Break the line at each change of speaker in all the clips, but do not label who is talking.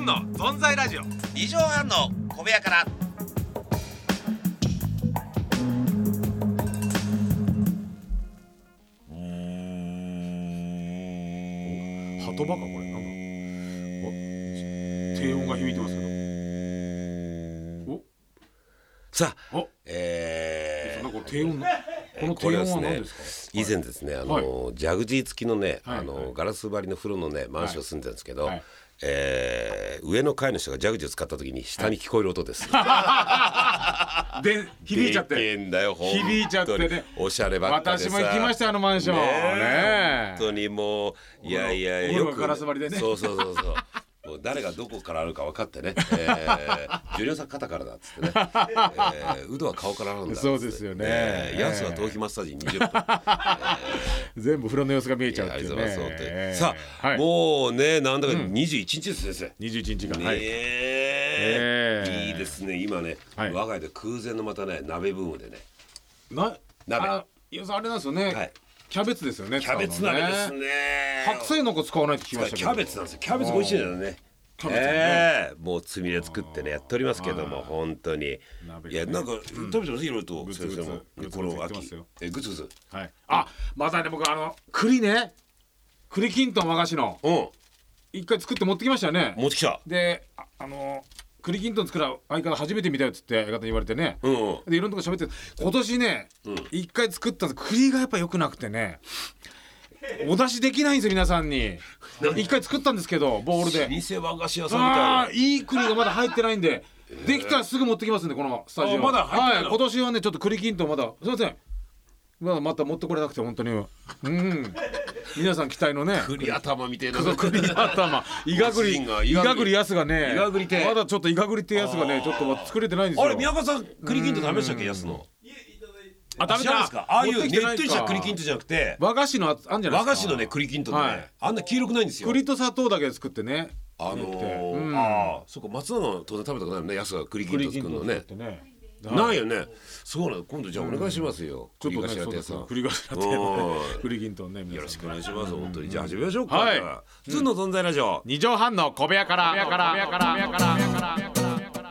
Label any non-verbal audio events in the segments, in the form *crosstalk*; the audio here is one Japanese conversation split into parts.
の存在ラジオ
二畳半の小部屋から
鳩場かこれなんだお低音が響いてますけどお
さあ、
お
え
なんか低音のこの
これ
低
はで
音
す
は
ね
何ですか
ー以前ですねあの、ジャグジー付きのね、
はい
あの
はい
ガラス張りの風呂のねマンション住んでるんですけど、
はい
えー上の階の人がジャグジーを使った時に下に聞こえる音です、
で響いちゃっ
でけ
て
えんだよ本当に
響いちゃってね
おしゃればっかで
私
さ
も行きましたよあのマンション
ね
ね
え
え
本当にもういやいや
お風呂がガラス張りでね
そうそうそうそう
*laughs*
もう誰がどこからあるか分かってね、えー、ジュニアさん肩からだっつって
*laughs*
ね、えー、ウドは顔からなんだっつって
そうですよね
えーヤスは頭皮マッサージ20分
全部風呂の様子が見えちゃうっ
あ
て
り
い
が
う
とう
ね
ございます本当に
ええ
さあ、
はい
もうねなんだか21日です先生、
21日が
ね
はい
え
ええ
いいですね今ね、
はい
我が家で空前のまたね鍋ブームでね
な
鍋
あいやあれなんですよね、
はい
キャベツですよね
キャベツ鍋です
使うの
ね
白菜なんか使わないって聞きましたけ
キ
ど
ャベツなんですよキャベツ美味しいんだよね
キャベツね
ええもうつみれ作ってねやっておりますけども本当に
鍋
いやなんか食べてますいろいろと
グツ
先
グツ
生も
グツグツ
この
言ってま
秋
すよ
えグツグツ
はいあまさに僕あの栗ね栗きんとん和菓子の
うん
一回作って持ってきましたよね
持ってきた
でああの栗きんとん作る相方初めて見たよっつって相方に言われてね、
うんうん
でいろんなとこ喋って今年ね一、回作ったんです栗がやっぱ良くなくてねお出しできないんですよ皆さんに一回作ったんですけどボールで
老舗和菓子屋さんみ
あ
た
ー
い
いい栗がまだ入ってないんで、できたらすぐ持ってきますんでこのスタジオ
あまだ入ってないの
はい、今年はねちょっと栗きんとんまだすいませんまだまた持ってこれなくて本当にうん皆さん期待のね
な栗頭みたいな
栗頭イガグ
個
リ
人が
イガグリやすがね
イガグリ亭
まだちょっとイガグリってやつがねちょっとまだ作れてないんです
*laughs*
よ
あれ宮川さん栗きんとん食べましたっけ安の
あ食べ
知らないですかああいうねっ
持ってきてない
とりした栗きんとんじゃなくて
和菓子のああんじゃない
和
で
菓
す
子
か
のね栗きんとんって
は
ね
い
あんな黄色くないんですよ
栗と砂糖だけで作ってね
あのー
うん
ああそうか松永の当然食べたことないよね安が栗きんとん作るのね
てね
ないよね。そうなの。今度じゃあお願いしますよ。
ちょっとね
栗頭
そう
亭さ
です
ん。
栗頭亭
おー
のね栗きんとんね皆さんね
よろしくお願いします。本当にじゃあ始めましょうか。
はい
普通の存在ラジオ。
二畳半の小部屋から。小部屋から。小部屋から。小部屋から。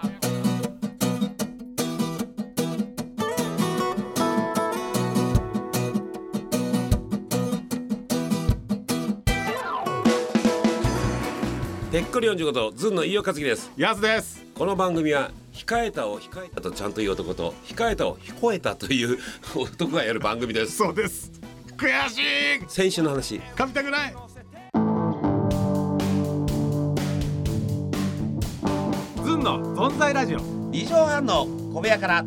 てっこり四十五とずんの飯尾和樹です。
やすです。
この番組は控えたを控えたとちゃんという男と控えたを控えたという男がやる番組です。
そうです。悔しい。
先週の話。
噛みたくない。
ずんの存在ラジオ
二畳半の小部屋から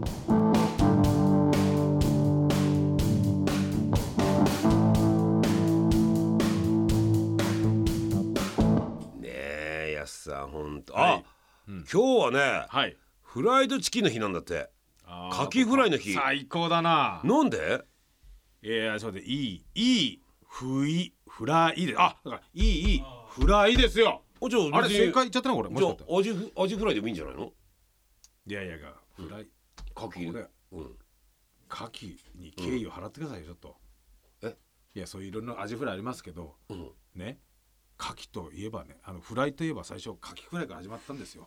ねえ安さん本当。
は
あ
い、
今日はね
はい。
フライドチキンの日なんだって。カキフライの日。
最高だな。
なんで？
いやいや、そうで、いい、いい、ふい、フライで、あ、だから、いい、いい、フライですよ。
おじゃ
あれ、正解
じ
いっちゃったな、これ。もし
ゃ
かしたら
あアジフアジフライでもいいんじゃないの？
いやいや、が、フライ、
カキ。
これ
うん。
カキに敬意を払ってくださいよ、ちょっと。
え
いや、そういういろんなアジフライありますけど。
うん。
ね。カキといえばね、あのフライといえば、最初、カキフライから始まったんですよ。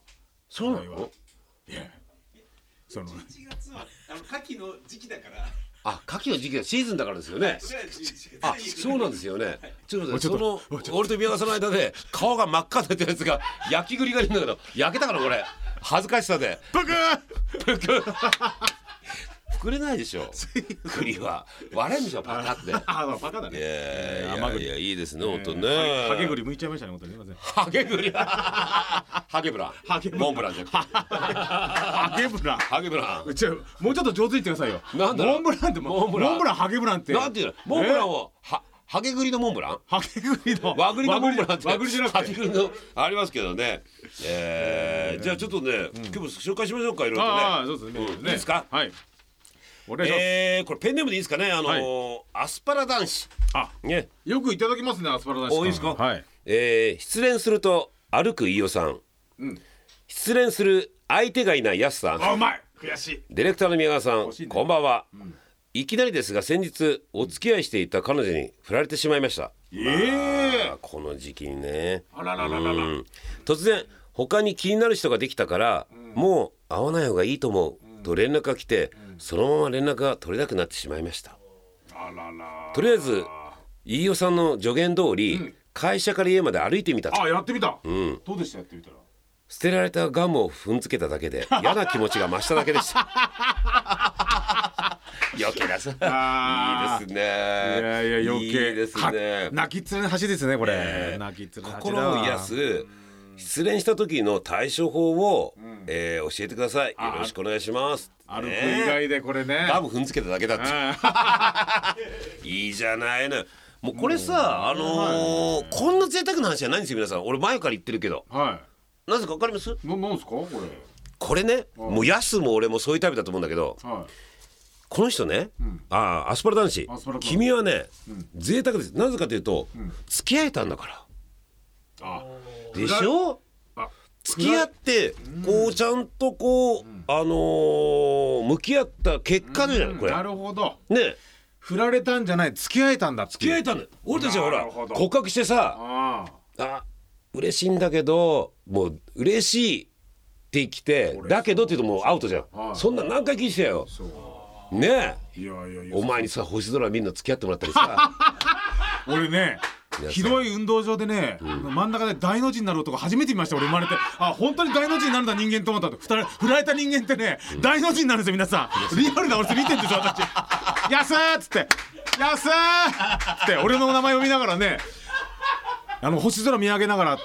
そうな
フライは
の？
いやそ
*laughs*
の
1月はあの牡蠣の時期だから
あ、牡蠣の時期がシーズンだからですよね。あ、そうなんですよね。ちょっと待って、その俺と宮川さんの間で顔が真っ赤になってるやつが焼き栗がいるんだけど、焼けたからこれ恥ずかしさで。
ブク
膨れないでしょ。栗は割れんでしょ。パカって。
あのバカだ
い
ね
やいや
ー
い
甘
や
栗
いやいいですね。本当ね。
ハゲ栗剥いちゃいましたね本当にすいません
ハゲ栗。ハゲブラン。
ハゲブラン
モンブランじゃなくて。
ハゲブ
*laughs*
ラ
ハゲブラ
うちはもうちょっと上手に言ってくださいよ
なんだろう
モンブランって
モンブラン
モンブランハゲブランって
ン。なんていうの？モンブランをはハゲ栗のモンブラン？
ハゲ栗の
和栗のモンブランって
和栗じゃなく
和
て
栗のありますけどね、えー、じゃあちょっとね、今日も紹介しましょうかいろいろとね
ああそうですね
うんいいですか
はいお願いします
えー、これペンネームでいいですかねあのーアスパラ男子
あ
ね
よくいただきますねアスパラダシ
おいいですか
はい
えー、失恋すると歩く飯尾さん、
うん
失恋する相手がいない安さん
あうまい悔しい
ディレクターの宮川さん、
しいね
こんばんは、いきなりですが先日お付き合いしていた彼女に振られてしまいました
ええ
あーこの時期にね
あららららら
うん突然他に気になる人ができたから、もう会わない方がいいと思うと連絡が来て、そのまま連絡が取れなくなってしまいましたとりあえず飯尾さんの助言通り、会社から家まで歩いてみた
あやってみた、どうでしたやってみたら
捨てられたガムを踏んづけただけ *laughs* で嫌な気持ちが増しただけでした *laughs* 余計なさ
あ
*laughs* い
ー
いですね
いやいや余計
いいですね
か泣きっ連れの橋ですねこれ、
えー
泣きっ連れの橋だ
心を癒す失恋した時の対処法を、えー教えてくださいよ
あ
ろしくお願いします
歩く以
ね
外でこれね
ガム踏んづけただけだって *laughs* いいじゃないのもうこれさあのーこんな贅沢な話じゃないんですよ皆さん俺前から言ってるけど
うんは
なぜかわかります
いななんですかこ
これねもうヤスも俺もそういうタイプだと思うんだけど
れはい
この人ね、あーアスパラ男子
アスパラ男子
君はね、贅沢ですなぜかというと、付き合えたんだから
あ
でしょ
あ
付き合ってこうちゃんとこう、あのー向き合った結果じゃないこれ
なるほど
ね
振られたんじゃない付き合えたんだ
付
付
き合え
た
たんだよ俺たちはほ
な
ら
るほど
告白してさ
あ
あ嬉しいんだけどもう嬉しいって来てだけどって言うともうアウトじゃん、
はい
そんな何回聞いてたよねえ
あいやいやいや
お前にさ星空みんな付き合ってもらったり
*laughs*
さ
俺ね
いや
ひどい運動場でね、真ん中で大の字になる男初めて見ました俺生まれてあ本当に大の字になるんだ人間と思ったふたら振られた人間ってね、大の字になるんですよ皆さんリアルな俺それ見てんですよ私
*laughs*
「やすー」っつって「やすー」っつって俺の名前を見ながらねあの星空見上げながら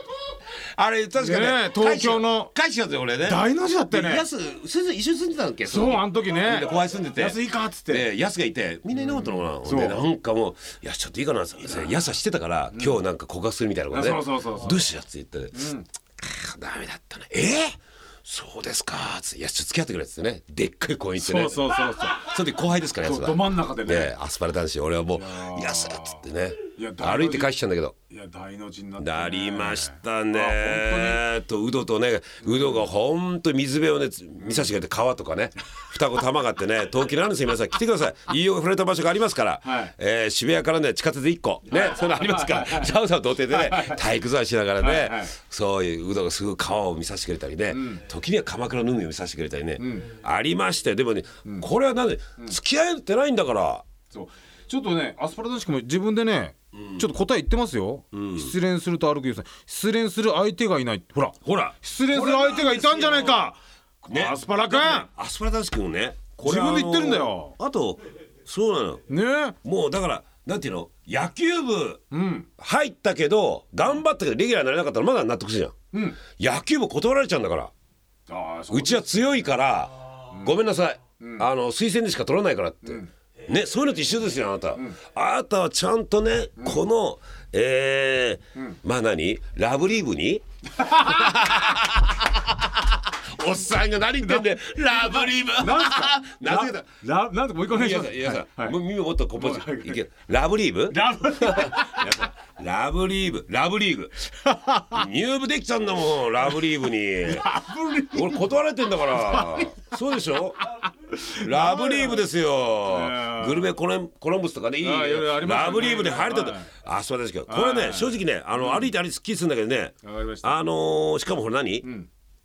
あれ確
かね東京の
返しちゃったよ俺ね
大の字だったよね
やすすず一緒に住んでたんだっけ
そうあの時ね
みんな後輩住んでて
安いかっつって、
でヤスがいてみんないなかったのかな、ほん
そ
で
う
なんかもう「いやちょっといいかな」ってヤスはしてたから、今日なんか告白するみたいなことね
あそうそうそうそう
どうした?」って言って、あーダメだったねえー、そうですか」っつって「いやちょっと付き合ってくれ」っつってねでっかい公園行ってね
そうそうそうそう
その時後輩ですからヤスが
ど真ん中でね
でアスパラ男子俺はもう「
い
ヤ
やー
ス」っつってね
いやだいぶ
歩いて帰ってきたんだけど
いや大の字になって、
なりました
あ
ね。とウドとねウドがほんと水辺をね見させてくれて川とか
*laughs*
ね双子玉があってね東京なんですよ皆さん来てください。いいよ触れた場所がありますから、
はい
えー渋谷からね地下鉄1個ねそういうのありますからシャウシャウとおててね体育座りしながらね、
はいはい
そういうウドがすぐ川を見させてくれたりね、時には鎌倉の海を見させてくれたりね、ありましてでもね、これはなんで付き合えてないんだから。
そうちょっとねアスパラ男子も自分でね、ちょっと答え言ってますよ、失恋すると歩くよ失恋する相手がいないほら
ほら
失恋する相手がいたんじゃないか
ね
アスパラくん
アスパラ男子君ねこれ
自分で言ってるんだよ
あのあとそうなの
ね
もうだからなんていうの野球部
うん
入ったけど頑張ったけどレギュラーになれなかったらまだ納得するじゃん、
うん
野球部断られちゃうんだから
ああそう
ちは強いからごめんなさい、あの推薦でしか取らないからって、ねそういうのと一緒ですよあなた、あなたはちゃんとね、このえーまあ何ラブリーブ *laughs* におっさんが何言ってんだよラブリーブ
なん
*laughs*
す
名付け
か
た
ララなんとかもう一回お願い
い
し
や
ま
さ
す
いやさ、
はい
もう耳もっとこっぽ
はい
ちいけラブリーブ
ラブ
ラブリーブラブリーグ入部できたんだもんラブリーブに俺断られてんだからそうでしょラブリーブですよ
ねえ
グルメコロンコロンブスとかねいい
ああいろいろありますよね
ラブリーブで入れたんだ
はい
あそうですけどこれ
は
ね
い
正直ねあの歩いて歩いてすっきりするんだけどね
わかりました
あのーしかもほら何、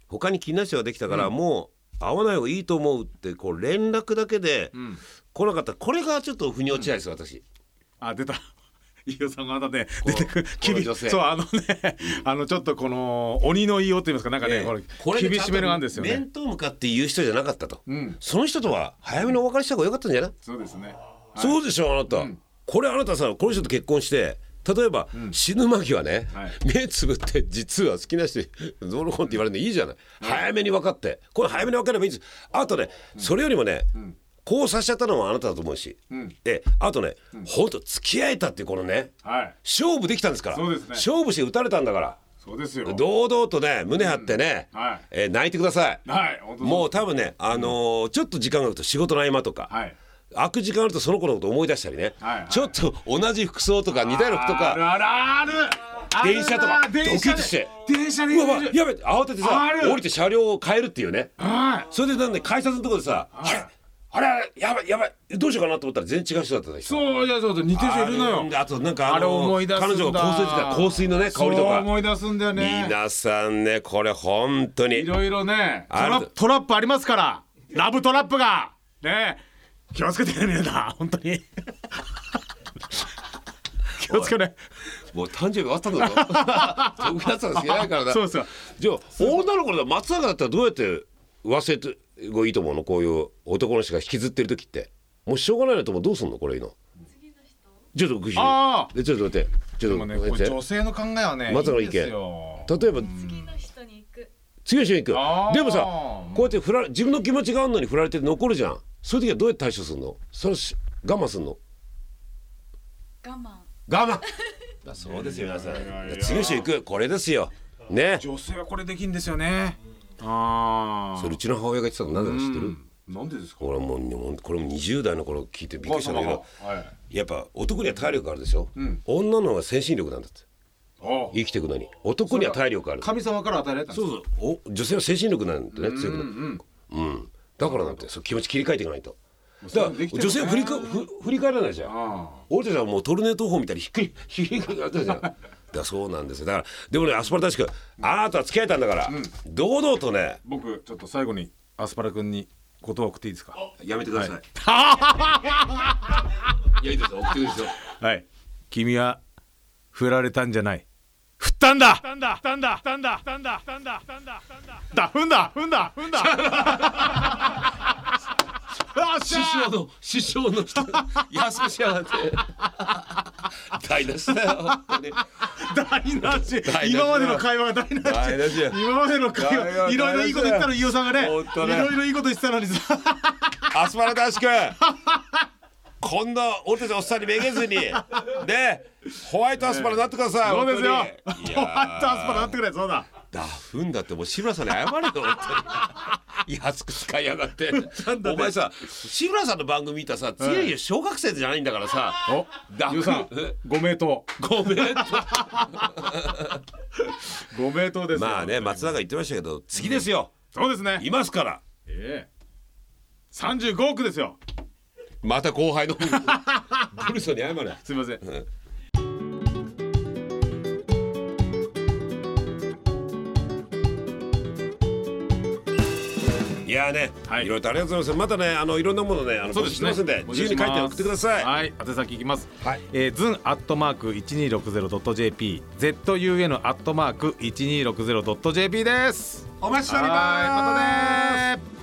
他に気になる人ができたから、もう会わない方がいいと思うってこう連絡だけで来なかった、これがちょっと腑に落ちないです私
あ出た *laughs* 飯尾さんがまたね出てくる
この
厳
女性
そうあのねあのちょっとこの鬼の飯尾と言いますかなんかね、これ
で
厳しめのがあるんですよね
面と向かって言う人じゃなかったと、
ん
その人とは早めにお別れした方が良かったんじゃない、
そうですね
そうでしょあなた、これあなたさこの人と結婚して例えば、死ぬ間際ね、
はい
目つぶって実は好きな人 *laughs* どうのこうのって言われるのいいじゃない、早めに分かってこれ早めに分かればいいんですあとね、それよりもね、こうさせちゃったのはあなただと思うし、えあとね、ほんと付き合えたっていうこのね
はい
勝負できたんですから
そうですね
勝負して打たれたんだから。
そうですよ
堂々とね胸張ってね、
うんはい
えー泣いてください、
はい本当そう
もう多分ね、あのーちょっと時間があると仕事の合間とか、
はい
空く時間あるとその子のこと思い出したりね、
はいはい
ちょっと同じ服装とか似たような服と
あ
か
るあるあるある
電車とか
電車で
ドキッとして
電車で
うわうわ
入れる
やべ慌ててさ
ある
降りて車両を変えるっていうね
はい
それでなんで改札のところでさ、あれあれあれやばいやばいどうしようかなと思ったら全然違う人だったでしょ
そういやそうそう似てる人いるのよ
あとなんかの
あれ思い出すんだ
彼女が香水って言ったら香水のね香りと
そう
か
思い出すんだよね
皆さんねこれ本当に
いろいろねト
ある
ラトラップありますからラブトラップがね気をつけてねみんな本当
*laughs*
に気をつけね
もう誕生日終わったんだ
*laughs*
ぞ徳田さん好きないからな
そうそう
じゃあ女の子だ松坂だったらどうやって忘れてがいいと思うのこういう男の人が引きずってる時ってもうしょうがないなと思うどうすんのこれいいのちょっと僕ちょ
あ
っと待ってちょっ
で
と
もね
待
こ
って
れ女性の考えはね
松坂
いいんです
意
よ
例えば
次の人に行く
次の人に行
あ
く
ー
でもさこうやって振られ自分の気持ちがあるのに振られて残るじゃんそういう時はどうやって対処するのそれし我慢するの
我慢
我慢だそうですよ皆さん
やいや
次の人行くこれですよね
女性はこれできんですよねああ
それうちの母親が言ってたの何だか知ってる
なんでですか
俺はもうもうこれも20代の頃聞いてびっくりしたんだけど
はい
やっぱ男には体力があるでしょ、女の方が精神力なんだって
あ
生きていくのに男には体力がある
神様から与えられたんです
そうそうお女性は精神力なんだね強くなるうん、だからなんてそう気持ち切り替えていかないとだから
できてる
女性は振りかふ振り返らないじゃん
あ
俺たちはもうトルネード砲みたいにひっくり *laughs* ひっくり返ったじ *laughs* ゃんだからそうなんですよだからでもねアスパラ大しくあなたは付き合えたんだから、堂々とね
僕ちょっと最後にアスパラ君に言葉を送っていいですか
やめてください、 *laughs* い、やいいですよ送ってください
はい君は振られたんじゃない振ったんだ振んだ振んだ振んだ振んだ振んだ振んだ踏んだ踏んだ踏んだよっし
師
ゃ
匠の師匠の人安くしやがって台無しだよ本当に
台無し
台無し
今までの会話が台無し
台無しや
今までの会
台無しだ
話いろいろいいこと言ってたの飯尾さんがね
本
い
当ね
ろいろいいこと言ってたのにさ
アスパラ大志くんこんな俺たちおっさんにめげずにねホワイトアスパラになってくだ
*laughs*
さい
そうですよ
本当にい
ホワイトアスパラ
や
なってくれそうだ
ダフんだってもう志村さんに謝れよ本当に安く使いやがって
んだね
お前さ志村さんの番組見たさ次に小学生じゃないんだからさ
お
ダフ
飯尾さん
え
ご名答
ごめんと
ご名答ですよ
まあね松永言ってましたけど次ですよ
そうですね
いますから
ええ35億ですよ
また後輩 *laughs* のブルソンに謝れ
すみません。
いやーね、、
はいい
ろいろとありがとうございますまたねあのいろんなものねあの募集してますんで自由に書いて送ってください
はい、宛先いきます。
はい
えー、ズンアットマーク一二六ゼロドット jp、z u n アットマーク一二六ゼロドット jp です。
お待ちしております
はい、またねー。